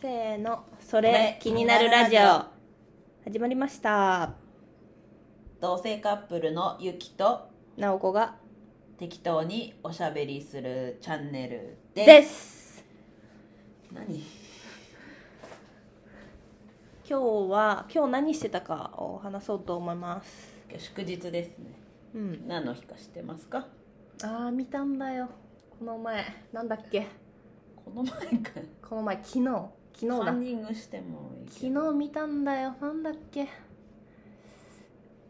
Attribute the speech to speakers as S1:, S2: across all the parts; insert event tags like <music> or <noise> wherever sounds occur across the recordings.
S1: せーのそれ気になるラジオ始まりました
S2: 同性カップルのゆきと
S1: なおこが
S2: 適当におしゃべりするチャンネルです
S1: です
S2: 何
S1: 今日は今日何してたかを話そうと思います
S2: 今日祝日ですね
S1: うん
S2: 何の日か知ってますか
S1: あー見たんだよこの前なんだっけ
S2: この前か
S1: この前昨日昨日
S2: カ
S1: だ
S2: ンニングしてもいいけ
S1: 昨
S2: ど
S1: 日見たんだよなんだっけ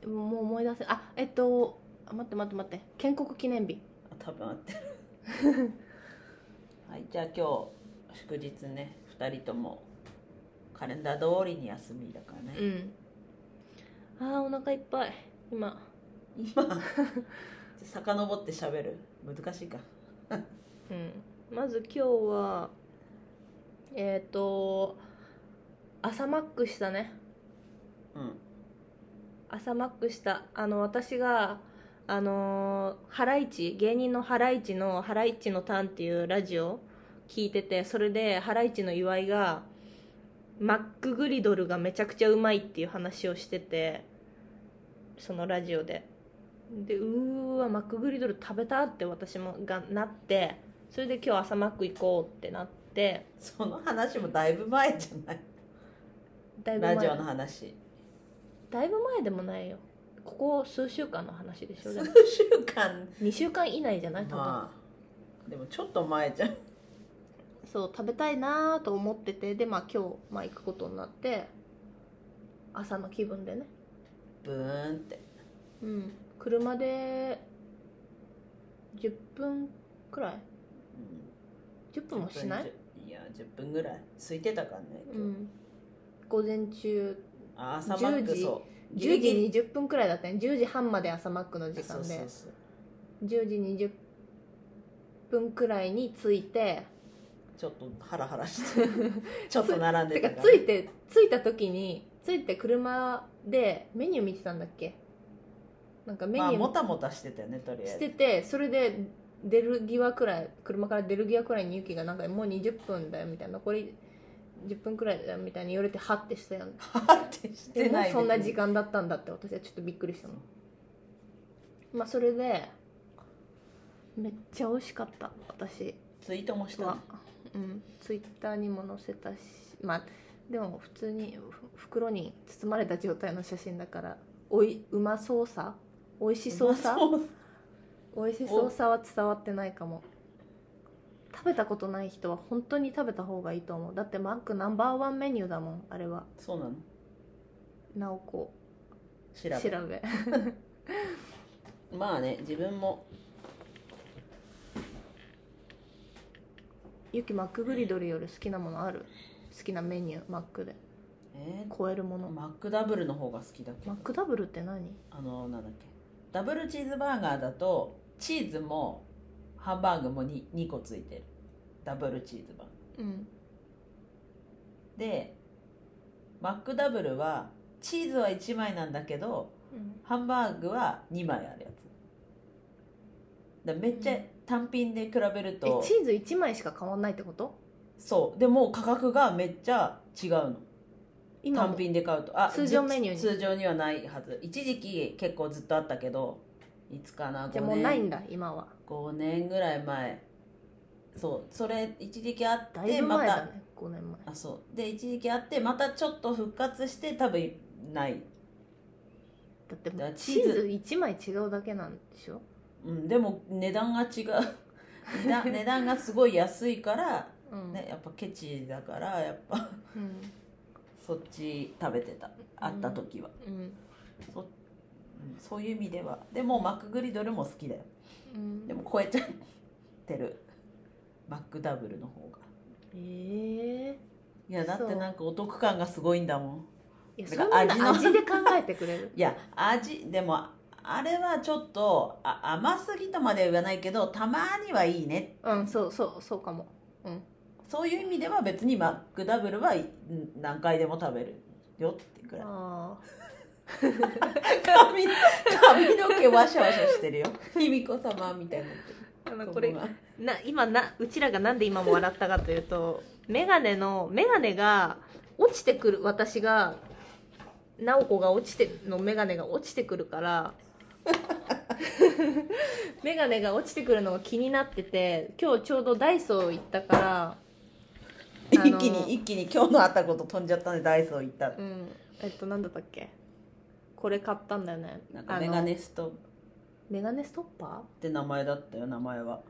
S1: もう思い出せあえっとあ待って待って待って建国記念日
S2: あ多分合ってる <laughs> はいじゃあ今日祝日ね2人ともカレンダー通りに休みだからね、
S1: うんあーお腹いっぱい今
S2: 今じゃあ遡ってしゃべる難しいか
S1: うん、まず今日はえっ、と朝マックしたね
S2: うん
S1: 朝マックしたあの私があのーハライチ芸人のハライチの「ハライチのターン」っていうラジオ聞いててそれでハライチの岩井がマックグリドルがめちゃくちゃうまいっていう話をしててそのラジオででうーわマックグリドル食べたって私もがなってそれで今日朝マック行こうってなって
S2: その話もだいぶ前じゃない
S1: だいぶ前
S2: ラジオの話
S1: だいぶ前でもないよここ数週間の話でしょ
S2: 数
S1: でも
S2: <laughs> 週間
S1: 2週間以内じゃない多分、
S2: まあでもちょっと前じゃん
S1: そう食べたいなと思っててでまあ今日、まあ、行くことになって朝の気分でね
S2: ブーンって
S1: うん車で10分くらい
S2: うん
S1: 10分もしない
S2: 10いや10分ぐらい空いてたからね、
S1: う
S2: 今日
S1: ん午前中
S2: あ朝マッ
S1: 10
S2: ク
S1: 時
S2: そうギ
S1: 10
S2: リギ
S1: 時
S2: リ
S1: 20分くらいだったね10時半まで朝マックの時
S2: そ
S1: 間
S2: う
S1: で
S2: そうそう
S1: 10時20分くらいに着いて
S2: ちょっとハラハラして
S1: <laughs>
S2: ちょっと並んで
S1: て
S2: た
S1: か
S2: から
S1: 着いて着いた時に着いて車でメニュー見てたんだっけなんかメニ
S2: まあ
S1: ュ
S2: も
S1: ー
S2: たもたしてたよねとりあえ
S1: し
S2: ず
S1: ててそれで出る際くらい車から出る際くらいにユキがなんかもう20分だよみたいな残り10分くらいだよみたいに言われてハッてしたよね
S2: はってして
S1: でも
S2: な
S1: う
S2: い
S1: そんな時間だったんだって私はちょっとびっくりしたのまあそれでめっちゃ美味しかった私
S2: ツイートもしたね
S1: は、うん、ツイッターにも載せたしまあでも普通にふ袋に包まれた状態の写真だからおいうまそうさ美味しそうさ
S2: うまそう
S1: 美味しそうさは伝わってないかも食べたことない人は本当に食べた方がいいと思うだってマックナンバーワンメニューだもんあれは
S2: そうなの
S1: なおこ
S2: 調べ
S1: 調べ
S2: まあね自分も
S1: ゆきマックグリドルより好きなものある好きなメニューマックで
S2: え
S1: 超えるもの
S2: ー、マックダブルの方が好きだけど
S1: マックダブルって何
S2: あのなんだっけダブルチーズバーガーだとチーズもハンバーグも 2, 2個ついてるダブルチーズバーガ
S1: うん
S2: ーでマックダブルはチーズは1枚なんだけど
S1: うん
S2: ハンバーグは2枚あるやつだからめっちゃ単品で比べる
S1: え
S2: と、
S1: チーズ1枚しか変わんないってこと
S2: そうでもう価格がめっちゃ違うの
S1: 今も
S2: 単品で買うとあ
S1: 通常メニューに
S2: ず通常にはないはず一時期結構ずっとあったけどいつかな
S1: じゃあ
S2: 5
S1: もうない
S2: 年
S1: んだ今は
S2: 5年ぐらい前そうそれ一時期あっ
S1: だい
S2: て
S1: ぶ
S2: ま
S1: 前だ
S2: た
S1: ね5年前
S2: あそうで一時期あってまたちょっと復活して多分ない、
S1: だって
S2: だから
S1: チ
S2: チ
S1: ー
S2: ーズ
S1: ズ1枚違うだけなんでしょ
S2: うん、でも値段が違う <laughs> 値段値段がすごい安いから、
S1: うん、
S2: ね、やっぱケチだからやっぱ <laughs>
S1: うん
S2: そっち食べてたあった時は、
S1: うん
S2: うんそういう意味ではでもマックグリドルも好きだよ
S1: うん
S2: でも超えちゃってるマックダブルの方が
S1: ええ
S2: いやだってなんかお得感がすごいんだもん
S1: いやそ
S2: だ
S1: ん
S2: か
S1: な
S2: ら
S1: の
S2: 味の
S1: 味で考えてくれる
S2: いや味でもあれはちょっとあ甘すぎとまでは言わないけどたまにはいいね
S1: <laughs> うんそうそうそうかも
S2: そういう意味では別にマックダブルはいうん何回でも食べるよってぐらい
S1: ああ <laughs>
S2: 髪髪の毛ワシャワシャしてるよ卑弥呼様みたいになってる
S1: あの
S2: こ
S1: これ
S2: が
S1: な今なうちらがなんで今も笑ったかというと眼鏡の眼鏡が落ちてくる私が直子が落ちての眼鏡が落ちてくるから <laughs> 眼鏡が落ちてくるのが気になってて今日ちょうどダイソー行ったからあの
S2: 一気に一気に今日のあったこと飛んじゃったんでダイソー行った
S1: うんえっとなんだったっけこれ買ったんだよね
S2: なんかメガネストっ
S1: あのメガネストッパ
S2: て名前だったよ名前は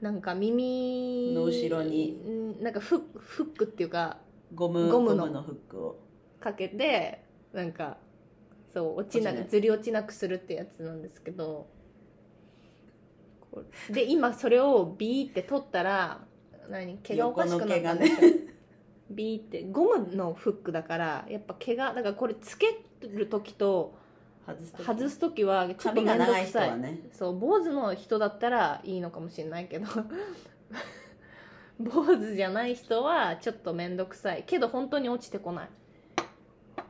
S1: ーなんか耳
S2: の後ろに
S1: うんなんかフッフックっていうか
S2: ゴム
S1: ゴ
S2: ゴ
S1: ム
S2: ム
S1: の
S2: のフックを
S1: かけてなんかそう落ちな
S2: 落ちない
S1: ずり落ちなくするってやつなんですけどこれで今それをビーって取ったら何毛がおかしくなったんですよ、 <laughs> ビーってゴムのフックだからやっぱ毛がだからこれつける時と
S2: 外すと
S1: 外す時はちょっと
S2: 髪
S1: 面倒
S2: が長い
S1: く
S2: 人
S1: さい
S2: はね
S1: そう坊主の人だったらいいのかもしれないけど <laughs> 坊主じゃない人はちょっと面倒くさいけど本当に落ちてこない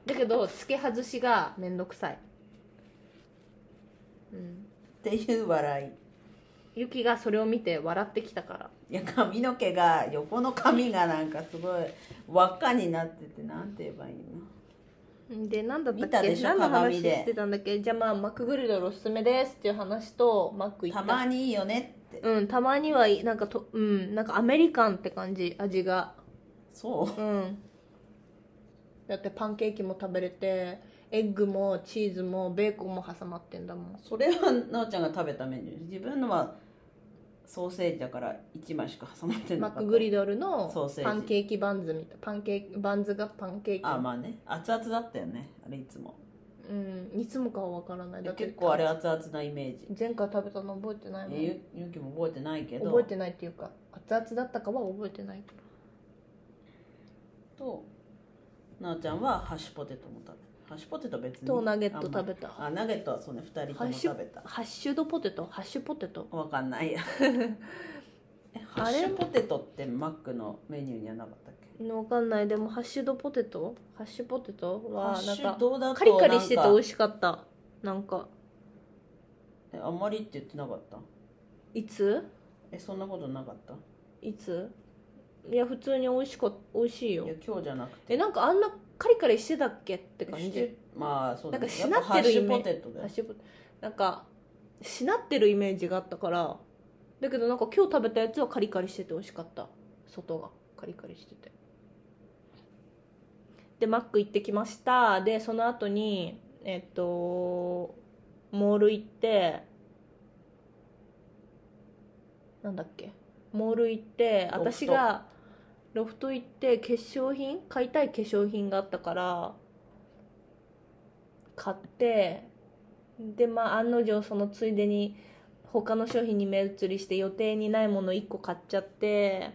S1: だけど付け外しが面倒くさい、うん、
S2: っていう笑い
S1: ゆきがそれを見て笑ってきたから
S2: いや髪の毛が横の髪がなんかすごい輪っかになっててなんて言えばいいの
S1: で何だったっ
S2: 見た
S1: け
S2: でしょ
S1: 何の話
S2: 鏡で
S1: してたんだっけじゃあまあマックグリドルおすすめですっていう話とマック行った
S2: まにいいよねって
S1: うんたまにはいいなんかとうんなんかアメリカンって感じ味が
S2: そう
S1: うんだってパンケーキも食べれてエッグもチーズもベーコンも挟まってんだもん
S2: それはなおちゃんが食べたメニュー自分のはソーセージだから1枚しか挟まって
S1: マッ
S2: なかった
S1: クグリドルの
S2: ソーセージ
S1: パンケーキバンズみたいパンケーキバンズがパンケーキ
S2: あまあね熱々だったよねあれいつも
S1: うんいつもかはわからないだって
S2: 結構あれ熱々なイメージ
S1: 前回食べたの覚えてないもん、
S2: えゆゆきも覚えてないけど
S1: 覚えてないっていうか熱々だったかは覚えてないけど
S2: となおちゃんはハッシュポテトも食べハッシュポテト別に
S1: とナゲット
S2: あんま
S1: 食べた
S2: あナゲットはそうね2人と
S1: ハッ
S2: も
S1: シュ
S2: 食べた
S1: ハッシュドポテトハッシュポテト
S2: わかんないやえハ
S1: あ
S2: ッ
S1: れ
S2: シュポテトってマックのメニューにはなかったっけ
S1: わかんないでもハッシュドポテトハッシュポテト
S2: ハ
S1: は
S2: ッ
S1: なん
S2: シュ
S1: か
S2: ドだと
S1: カリカリしてて美
S2: なん
S1: 味
S2: か
S1: しかったなんか
S2: えあんまりって言ってなかった
S1: いつ
S2: えそんなことなかった
S1: いついや普通に美味しか美味しいよ
S2: いや今日じゃなくて
S1: えなんかあんなカリカリしてたっけって感
S2: し
S1: じ
S2: てまあそうだ、
S1: な
S2: ね、
S1: んかし
S2: や
S1: な
S2: っぱハ
S1: って
S2: ッ
S1: る
S2: シ
S1: イメ
S2: ュポ
S1: ージ
S2: テトだよ
S1: 端っこなんかしなってるイメージがあったからだけどなんか今日食べたやつはカリカリしてて美味しかった外がカリカリしててでマック行ってきましたでその後にえっとモール行ってなんだっけモール行って
S2: ロフト
S1: 私がロフト行って化粧品買いたい化粧品があったから買ってでまあ案の定そのついでに他の商品に目移りして予定にないもの1個買っちゃって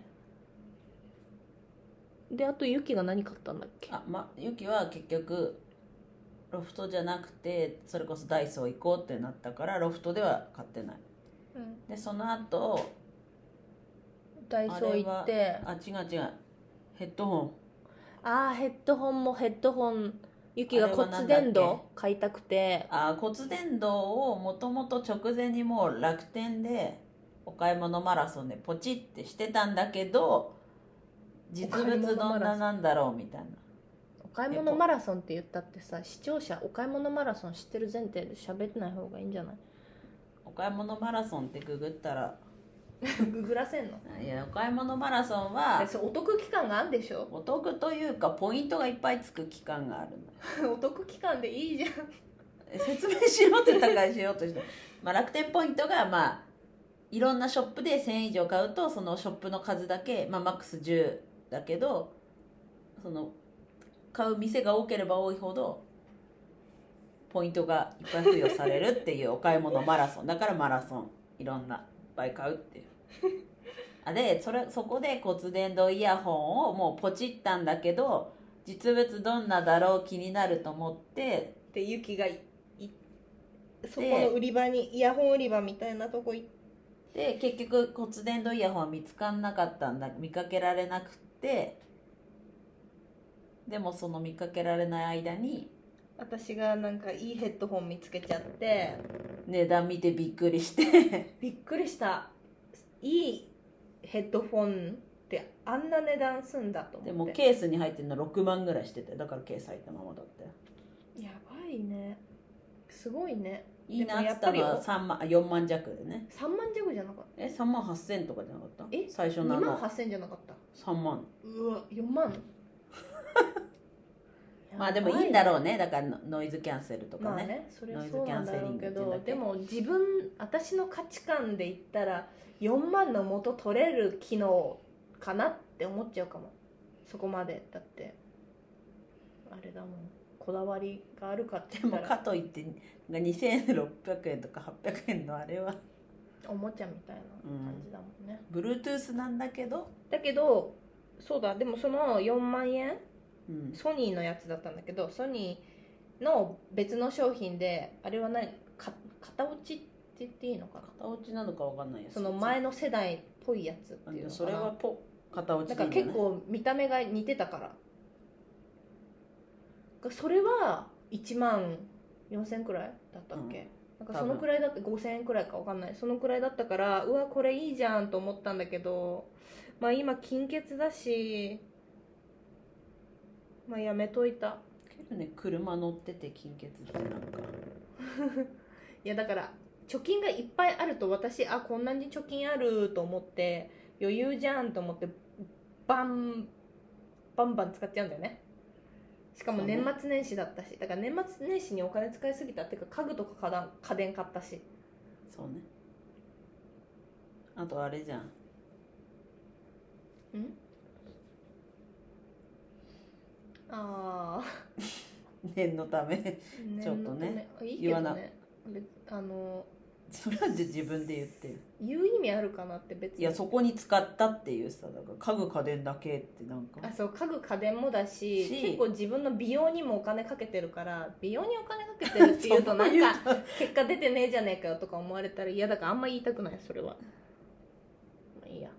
S1: であとユキが何買ったんだっけ
S2: あまゆきは結局ロフトじゃなくてそれこそダイソー行こうってなったからロフトでは買ってないでその後
S1: ダイソー行って
S2: あ違う違うヘッドホ
S1: ああーヘッドホンもヘッドホンユキが
S2: あれは
S1: 骨
S2: なんだっけ
S1: 伝導買いたくて
S2: ンあ骨伝導をもともと直前にもう楽天でお買い物マラソンでポチってしてたんだけど実
S1: お買い
S2: 物
S1: 物マ
S2: ど
S1: ラ
S2: ん
S1: ソ
S2: な
S1: ン
S2: なんだろうみたいな
S1: お買い物マラソンって言ったってさ視聴者お買い物マラソン知ってる前提で喋ってない方がいいんじゃない
S2: お買い物マラソンってググったら
S1: ググらせんの
S2: いやお買い物マラソンは
S1: それお得期間があるでしょ <laughs>
S2: お得というかポイントがいっぱいつく期間があるの
S1: お得期間でいいじゃん
S2: 説明しようって高いしようとして、まあ、楽天ポイントがまあいろんなショップで1000円以上買うとそのショップの数だけ、まあ、マックス10だけどその買う店が多ければ多いほどポイントがいっぱい付与されるっていうお買い物マラソンだからマラソンいろんないっぱい買うっていうあでそれそこで骨伝導イヤホンをもうポチったんだけど実物どんなだろう気になると思って
S1: でユキがいいそ
S2: で
S1: 売り場にイヤホン売り場みたいなとこ行っ
S2: で結局骨伝導イヤホンは見つかんなかったんだ見かけられなくてでもその見かけられない間に
S1: 私がなんかいいヘッドホン見つけちゃって
S2: 値段見てびっくりして
S1: <laughs> びっくりしたいいヘッドフォンってあんな値段すんだと思って
S2: でもケースに入ってるの6万ぐらいしててだからケース入ったままだって
S1: やばいねすごいね
S2: いいなっつったのは3万あ4万弱でね
S1: 3万弱じゃなかっ
S2: え3万8000とかじゃなかった
S1: え
S2: 最初
S1: た
S2: のあ
S1: 2万
S2: の
S1: 8000じゃなかった
S2: 3万
S1: うわ4万
S2: <laughs> まあでもいいんだろうねだからノノイズキャンセルとか
S1: まあ
S2: ね,、
S1: ねそれは
S2: ノイズ
S1: そう
S2: キ
S1: な
S2: ャ
S1: ん
S2: ンセ
S1: だ
S2: リ
S1: ろう
S2: ング
S1: け
S2: って言うんだ
S1: ど
S2: っけ
S1: でも自分私の価値観で言ったら4万の元取れる機能かなって思っちゃうかもそこまでだってあれだもんこだわりがあるかって
S2: で
S1: 言っ
S2: も
S1: た
S2: からといってなんか2600円とか800円のあれは
S1: おもちゃみたいな感じだもんね、
S2: Bluetooth なんだけど、
S1: だけどそうだでもその4万円
S2: うん、
S1: ソニーのやつだったんだけどソニーの別の商品であれは何か片落ちって言っていいのかな
S2: 片落ちなのかわかんないやつ
S1: その前の世代っぽいやつっていうのかな
S2: それはポ片
S1: な
S2: 落
S1: ん
S2: ち
S1: か
S2: でいい
S1: 結
S2: んだね
S1: 構見た目が似てたからそれは1万4000くらいだったっけ、なんかそのくらいだって5000円くらいかわかんないそのくらいだったからうわこれいいじゃんと思ったんだけどまあ今金欠だしまあやめといた
S2: けどね車乗ってて金欠ってなんか
S1: いやだから貯金がいっぱいあると私あこんなに貯金あると思って余裕じゃんと思ってバンバンバン使っちゃうんだよねしかも
S2: そうね
S1: 年末年始だったしだから年末年始にお金使いすぎたっていうか家具とか家電家電買ったし
S2: そうねあとあれじゃん <laughs>
S1: ああ
S2: 念のため <laughs>
S1: <laughs>
S2: ちょっとね
S1: いいけど
S2: 言わな
S1: ね別あの
S2: それはじゃあ自分で言ってる
S1: 言う意味あるかなって別に
S2: いやそこに使ったっていうさだから家具家電だけってなんか
S1: あそう家具家電もだし
S2: し
S1: 結構自分の美容にもお金かけてるから美容にお金かけてるって <laughs> いうとな
S2: そ
S1: ん
S2: 言う
S1: か結果出てねえじゃねえかよとか思われたら嫌だからあんま言いたくないそれはまあいいや、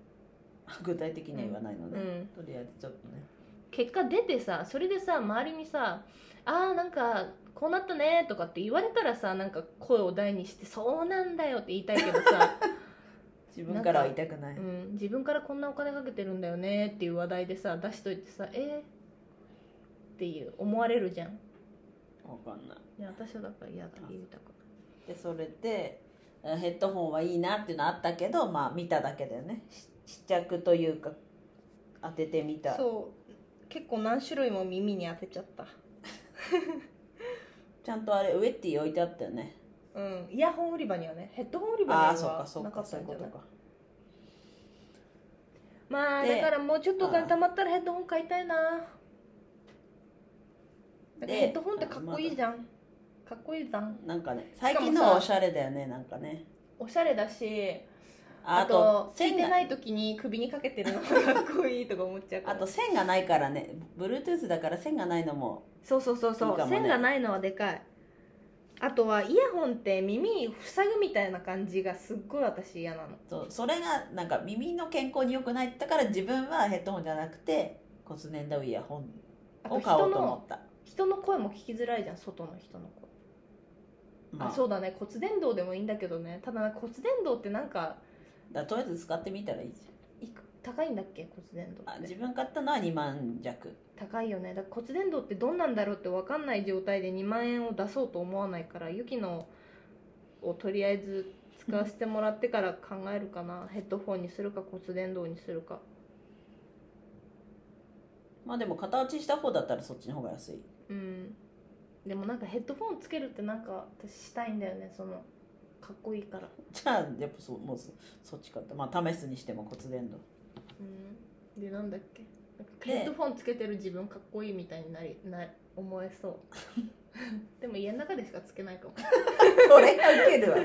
S2: 具体的には言わないの
S1: う
S2: で、
S1: ん、
S2: とりあえずちょっとね
S1: 結果出てさそれでさ周りにさ「あーなんかこうなったね」とかって言われたらさなんか声を大にして「そうなんだよ」って言いたいけど <laughs> さ、
S2: 自分からは言いたくない
S1: うん、自分からこんなお金かけてるんだよねっていう話題でさ出しといてさ「えー、っていう思われるじゃん
S2: わかんない
S1: いや私はだから嫌だ言いたくない
S2: でそれであヘッドホンはいいなっていうのあったけどまあ見ただけだよねし試着というか当ててみた
S1: そう結構何種類も耳に当てちゃった
S2: ちゃんとあれウエッティ置いてあったよね
S1: うんイヤホン売り場にはねヘッドホン売り場に
S2: あ
S1: は
S2: あーそうかそう
S1: なか
S2: か
S1: った
S2: そうい
S1: ん
S2: う
S1: じ
S2: こ
S1: ゃな
S2: と
S1: い
S2: か
S1: まあ
S2: で
S1: だからもうちょっとお金
S2: あー
S1: 貯まったらヘッドホン買いたいななんか
S2: で
S1: ヘッドホンってかっこいいじゃんかっこいいじゃん
S2: なんかね
S1: かも
S2: 最
S1: さ
S2: 近のはおしゃれだよねなんかね
S1: おしゃれだし
S2: あ
S1: あ
S2: あと
S1: とつい
S2: 線
S1: て
S2: が
S1: ない時に首にかけてるのがかっこいいとか思っちゃうか
S2: あ
S1: ら
S2: と線がないからね Bluetooth だから線がないのも
S1: そうそうそうそう
S2: いいかもね
S1: 線がないのはでかいあとはイヤホンって耳塞ぐみたいな感じがすっごい私嫌なの
S2: そうそれがなんか耳の健康に良くないって言ったから自分はヘッドホンじゃなくて骨年度イヤホン
S1: あと
S2: を買お
S1: 人
S2: うと思
S1: の
S2: った
S1: 人の声も聞きづらいじゃん外の人の声
S2: ま
S1: あ
S2: あ
S1: そうだね骨伝導でもいいんだけどねただなんか骨伝導ってなんか
S2: だからとりあえず使ってみたらいいじ
S1: いく高いんだっけ骨伝導
S2: ゃんあ
S1: っ
S2: 自
S1: て
S2: 分買ったのは2万弱
S1: 高いよねだから骨伝導ってどんなんだろうって分かんない状態で2万円を出そうと思わないからユキのをとりあえず使わせてもらってから考えるかなヘッドフォンにするか骨伝導にするか
S2: まあでも片落ちした方だったらそっちの方が安い
S1: うんでもなんかヘッドフォンつけるってなんか私したいんだよねそのかっこいいから
S2: じゃあやっぱそうもうそそっち買ったまあ試すにしても骨伝導
S1: うんでなんだっけなんか
S2: で
S1: ヘッドフォンつけてる自分かっこいいみたいになりな思え <laughs> そうでも家の中でしかつけないかも
S2: これがウケるわ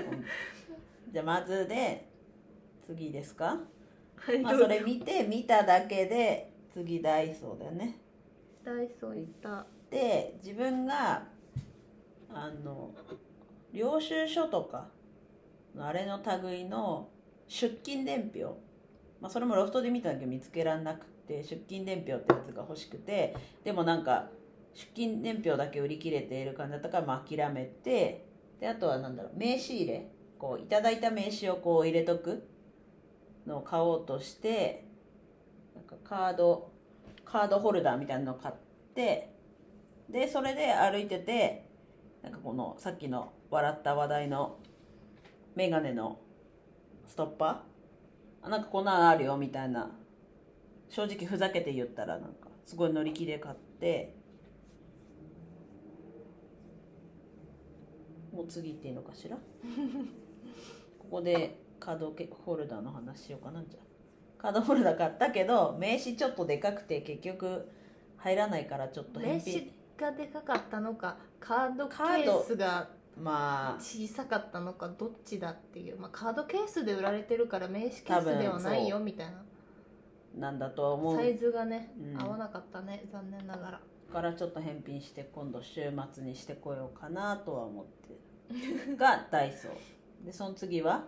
S2: じゃあまずで次ですか、
S1: はい
S2: まあ、それ見て見ただけで次ダイソーだよね
S1: ダイソー行った
S2: で自分があの領収書とかのあれの類の出勤伝票、まあ、それもロフトで見たんだけど見つけられなくて出勤伝票ってやつが欲しくてでもなんか出勤年表だけ売り切れている感じだったから、まあ、諦めてであとはなんだろう名刺入れこういただいた名刺をこう入れとくのを買おうとしてなんかカードカードホルダーみたいなのを買ってでそれで歩いててなんかこのさっきの笑った話題のメガネのストッパーあなんかこんなのあるよみたいな正直ふざけて言ったらなんかすごい乗り気で買ってもう次行っていいのかしらここでカードホルダーの話しようかなじゃあカードホルダー買ったけど名刺ちょっとでかくて結局入らないからちょっと
S1: 名
S2: 返
S1: 刺
S2: 品
S1: がでかかったのかカードケ
S2: カード
S1: ースが
S2: まあ
S1: 小さかったのかどっちだっていう、まあ、カードケースで売られてるから名刺ケースではないよみたいな
S2: なんだとは思う
S1: サイズがね、
S2: うん
S1: 合わなかったね残念ながら
S2: からちょっと返品して今度週末にしてこようかなとは思ってるがダイソーでその次は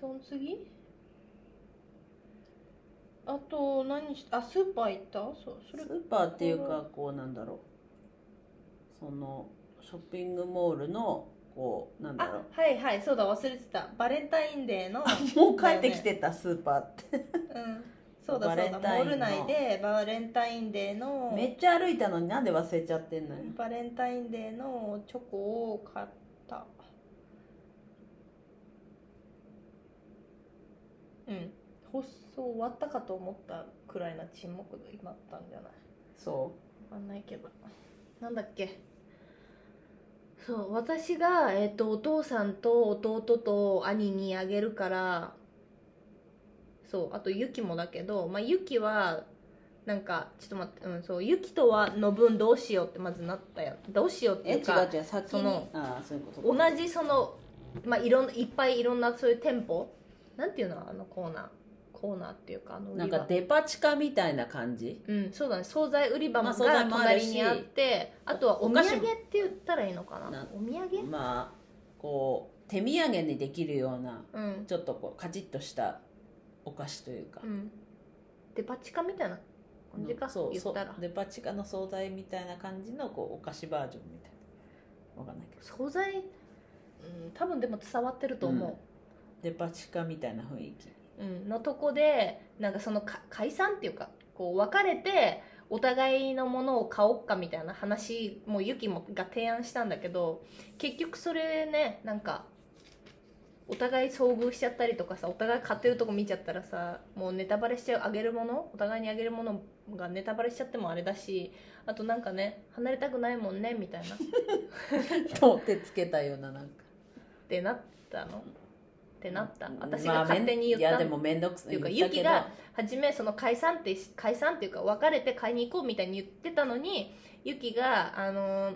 S1: その次あと何しあスーパー行ったそう
S2: スーパーっていうかこうなんだろうそのショッピングモールのこうなんだろ
S1: あはいはいそうだ忘れてたバレンタインデーの、う
S2: うもう帰ってきてたスーパーって
S1: ん、そうだ
S2: バレ
S1: そ
S2: ン
S1: うだ
S2: タイ
S1: モ
S2: ンの
S1: ール内でバレンタインデーの
S2: めっちゃ歩いたのになんで忘れちゃってんのよ
S1: バレンタインデーのチョコを買ったうん放送終わったかと思ったくらいな沈黙が今あったんじゃない
S2: そ
S1: わかんないけどなんだっけそう私が、えっとお父さんと弟と兄にあげるからそうあとユキもだけど、まあ、ユキはなんかちょっと待って、うん、そうユキとはの分どうしようってまずなったやんどうしようっ
S2: う
S1: て
S2: え
S1: い
S2: 違う
S1: うか
S2: 違う先
S1: そ
S2: に
S1: の
S2: ああそういうこと
S1: 同じその、まあ、いろんいっぱいいろんなそういう店舗なんていうのあのコーナーコーナーっていうかあの売
S2: なん
S1: り場
S2: かデパ地下みたいな感じ
S1: うん、そうだね惣菜売り場が
S2: まあ惣菜もある
S1: 隣
S2: し
S1: にあって、あ、とはお
S2: お
S1: 土
S2: 菓
S1: 産
S2: 子
S1: っ
S2: も
S1: て言ったらいいのかな
S2: な
S1: お土産
S2: まあこう手土産にできるような
S1: うん、
S2: ちょっとこうカチッとしたお菓子というか、
S1: うん、デパ地下みたいな感じか、
S2: のそう
S1: 言
S2: そ
S1: ったら
S2: うデパ地下の惣菜みたいな感じのこうお菓子バージョンみたいなわかんないけど
S1: 惣菜、うん、多分でも伝わってると思
S2: デパ地下みたいな雰囲
S1: <laughs>
S2: 気
S1: う、うんのとこでなんかそのか解散っていうかこう別れてお互いのものを買おっかみたいな話もユキもが提案したんだけど結局それねなんかお互い遭遇しちゃったりとかさお互い買ってるとこ見ちゃったらさもうネタバレしちゃうあげるものお互いにあげるものがネタバレしちゃってもあれだしあとなんかね離れたくないもんねみたいなっ
S2: と手つけたようななんか
S1: てなったのってなった
S2: うん
S1: 私が勝手に言った
S2: まあめんいやで
S1: の
S2: も面倒くさ
S1: っていうか
S2: 言
S1: ユ
S2: ったけ
S1: キ
S2: ど
S1: が初めその解散ってし解散っていうか別れて買いに行こうみたいに言ってたのにユキがあの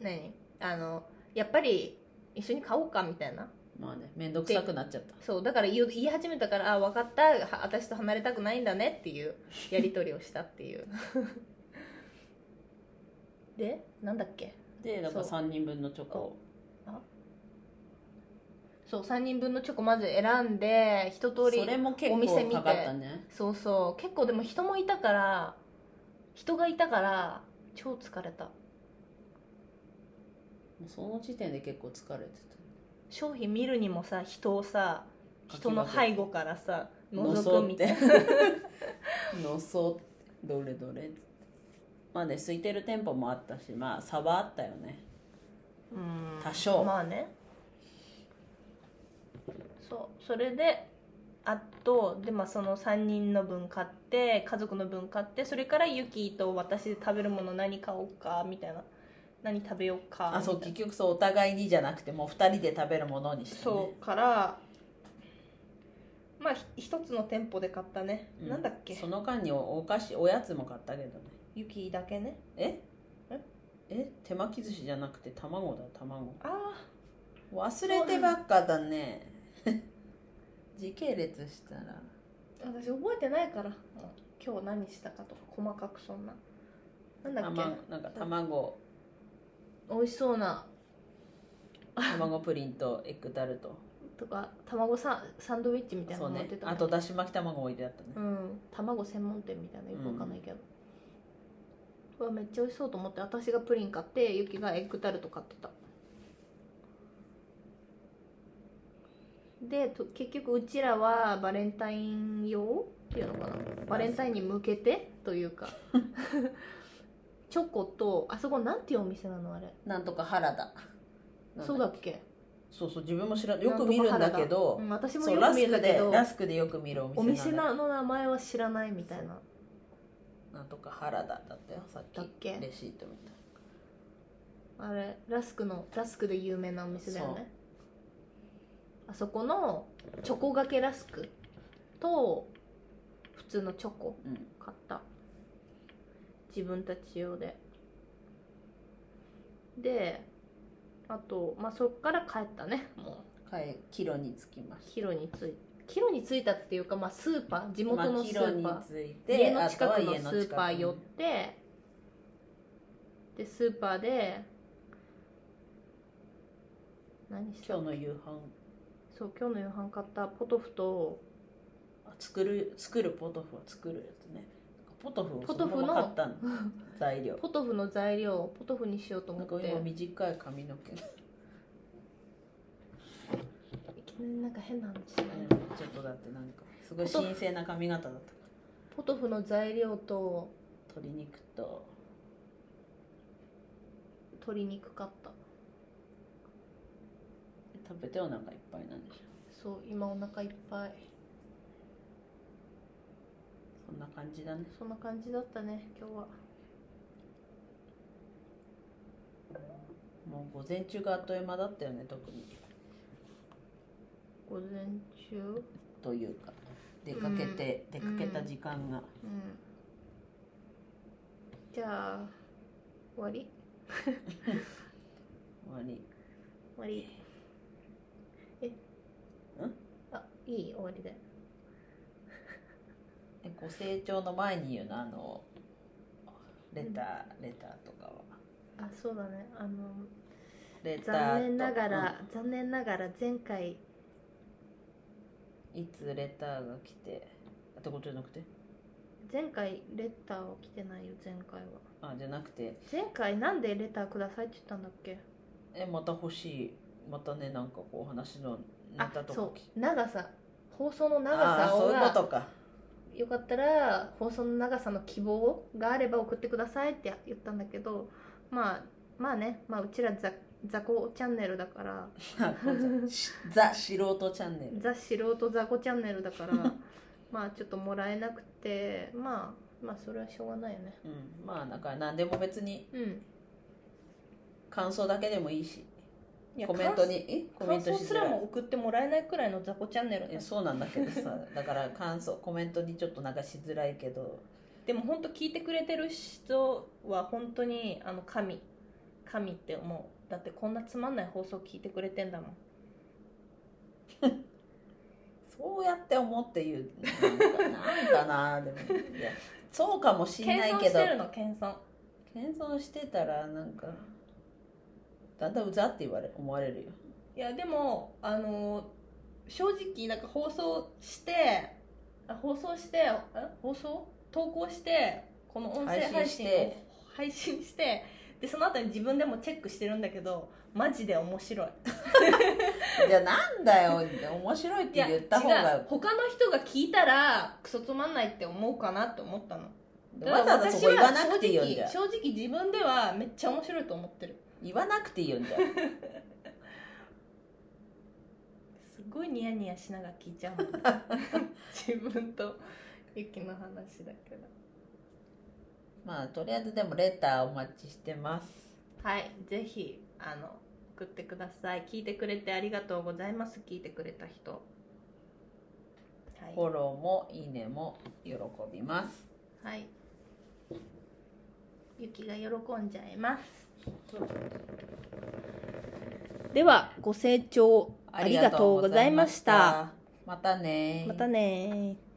S1: 何あのやっぱり一緒に買おうかみたいな
S2: まあね面倒くさくなっちゃった
S1: そうだから言う言い始めたから「あ分かったは私と離れたくないんだね」っていうやり取りをしたっていう <laughs> でなんだっけ
S2: でなんか
S1: そ
S2: 3人分のチョコを
S1: そう3人分のチョコまず選んで一
S2: そ
S1: 通り
S2: れも結
S1: お店
S2: 構
S1: 見て
S2: かかったね
S1: そうそう結構でも人もいたから人がいたから超疲れた
S2: その時点で結構疲れて
S1: 商品見るにもさ人をさ
S2: かき
S1: 人
S2: 混ぜ
S1: の背後からさ
S2: たの
S1: 覗
S2: そ
S1: く
S2: うっ
S1: みたい
S2: <laughs> て
S1: な
S2: のそってどれどれってまあね空いてる店舗もあったしまあ差はあったよね
S1: うん
S2: 多少
S1: まあねそうそれであとで、まあ、その3人の分買って家族の分買ってそれからユキと私で食べるもの何買おうかみたいな何食べようか
S2: あそう
S1: みたい
S2: 結
S1: な
S2: 局そうお互いにじゃなくてもう2人で食べるものにして、ね、
S1: そうからまあひ一つの店舗で買ったね、
S2: う
S1: なんだっけ
S2: その間におお菓子おやつも買ったけどね
S1: ユキだけね
S2: え
S1: え
S2: え手巻き寿司じゃなくて卵だ卵
S1: ああ
S2: 忘れてばっかだね <laughs> 時系列したら
S1: 私覚えてないから今日何したかとか細かくそんななんだっけ
S2: 卵なんか
S1: <laughs>
S2: 卵
S1: 美味しそうな
S2: 卵プリンとエッグタルト
S1: とか卵ササンドウィッチみたいな
S2: そう
S1: のも売っ
S2: ね
S1: てたね
S2: あとだし巻き卵置いてあったね
S1: うん卵専門店みたいなよくわかんないけど、うわめっちゃ美味しそうと思って私がプリン買ってゆきがエッグタルト買ってたでと結局うちらはバレンタイン用っていうのかなバレンタインに向けてというかチョコとあそこなんていうお店なのあれ
S2: なんとか原田
S1: そうだっけ
S2: そうそう自分も知らんよく見るんだけど、
S1: うん、私も
S2: そう
S1: よく
S2: ラス
S1: 見るん
S2: ク
S1: だけ
S2: で
S1: ど
S2: ラスクでよく見る
S1: お
S2: お店
S1: 店
S2: なんだ
S1: なの名前は知らないみたいな
S2: なんとか原田だったよさっき
S1: だっけ
S2: レシートみたい
S1: あれラスクのラスクで有名なお店だよねあそこのチョコがけラスクと普通のチョコ
S2: うん
S1: 買った自分たち用でであとまあそっから帰ったねも
S2: 帰帰路に着きま
S1: う
S2: し
S1: 帰路に着い帰路に着いたっていうか、まあ、スーパー地
S2: た、まあ、
S1: 元の
S2: 帰
S1: ス
S2: 路
S1: ー
S2: に
S1: パー、
S2: 着いて
S1: 家の近く
S2: あとは
S1: の
S2: 家
S1: スーパ
S2: の近
S1: ー
S2: くに
S1: 寄ってでスーパーで何した
S2: 今日
S1: の
S2: の夕飯
S1: そう今日の夕飯買ったポトフと
S2: あ作る作るポトフを作るやつねポトフを
S1: ポトフの
S2: そのまま
S1: <laughs>
S2: 買ったの材料
S1: ポトフの材料をポトフにしようと
S2: な
S1: 思
S2: んか
S1: って
S2: 今短い髪の毛
S1: いきなりなんか変な話しない
S2: ちょっとだってなんかすごい神聖な髪型だったから
S1: ポトフの材料と
S2: 鶏肉と
S1: 鶏肉買った
S2: 食べてお腹いっぱいなんでしょ
S1: そう今お腹いっぱい
S2: そんな感じだね
S1: そんな感じだったね今日は
S2: もう午前中があっという間だったよね特に
S1: 午前中
S2: というか出かけて、出かけた時間が、
S1: うんじゃあ終わり
S2: 終わり
S1: 終わりえあいい終わりで
S2: えご成長の前に言うのあのレターレターとかは
S1: あそうだねあの
S2: レターと
S1: 残念ながら、残念ながら前回
S2: うんいつレターが来てあってことじゃなくて
S1: 前回レターは来てないよ前回は
S2: あじゃなくて
S1: 前回なんでレターくださいって言ったんだっけ
S2: えまた欲しいまたねなんかこう話のネ
S1: あ
S2: タとか
S1: そ
S2: 聞
S1: う長さ放送の長
S2: あ
S1: さ
S2: ーそういうこ
S1: を
S2: とか
S1: よかったら放送の長さの希望があれば送ってくださいって言ったんだけどまあまあね、まあ、うちら雑雑魚チャンネルだから
S2: し <laughs> ザ素人チャンネル
S1: ザ素人ザコチャンネルだからまあちょっともらえなくてまあまあそれはしょうがないよね
S2: うんまあだから何でも別に
S1: うん
S2: 感想だけでもいいし
S1: いや
S2: コメントにえコメン
S1: 感
S2: ト
S1: 想
S2: し
S1: す
S2: づら
S1: ら
S2: い
S1: も送ってもらえないくらいの雑魚チャンネル
S2: いや
S1: ね
S2: そうなんだけどさだから感想コメントにちょっとなんかしづらいけど
S1: でも本当聞いてくれてる人は本当にあの神神って思うだってこんなつまんない放送聞いてくれてんだもん
S2: そうやって思って言うなんかなんかなでもいやそうかもしんな
S1: 謙
S2: い
S1: 遜
S2: け
S1: し
S2: ど
S1: てるの謙遜
S2: 謙遜してたらなんかだんだんうざって言われ思われるよ
S1: いやでもあの正直なんか放送してあ放送してえ放送投稿してこの音声配
S2: 配
S1: 信を
S2: 信して
S1: 配信してでその後に自分でもチェックしてるんだけどマジで面白い
S2: じゃあなんだよ面白いって言った方
S1: いや違
S2: が
S1: う他の人が聞いたらクソつまんないって思うかなって思ったの
S2: わざわざそこ言わなくていいよ
S1: 私
S2: じゃ
S1: は
S2: あ
S1: 正直正直自分ではめっちゃ面白いと思ってる
S2: 言わなくていいよじゃあ
S1: すごいニヤニヤしながら聞いちゃうもん <laughs> 自分とゆきの話だけど
S2: まあとりあえずでもレターお待ちしてます
S1: はい、ぜひあの送ってください。聞いてくれてありがとうございます。聞いてくれた人。
S2: フォ
S1: は
S2: ローもいいねも喜びます
S1: い。はい。ゆきが喜んじゃいます。ではご清聴ありがとうございました。
S2: またね
S1: またねー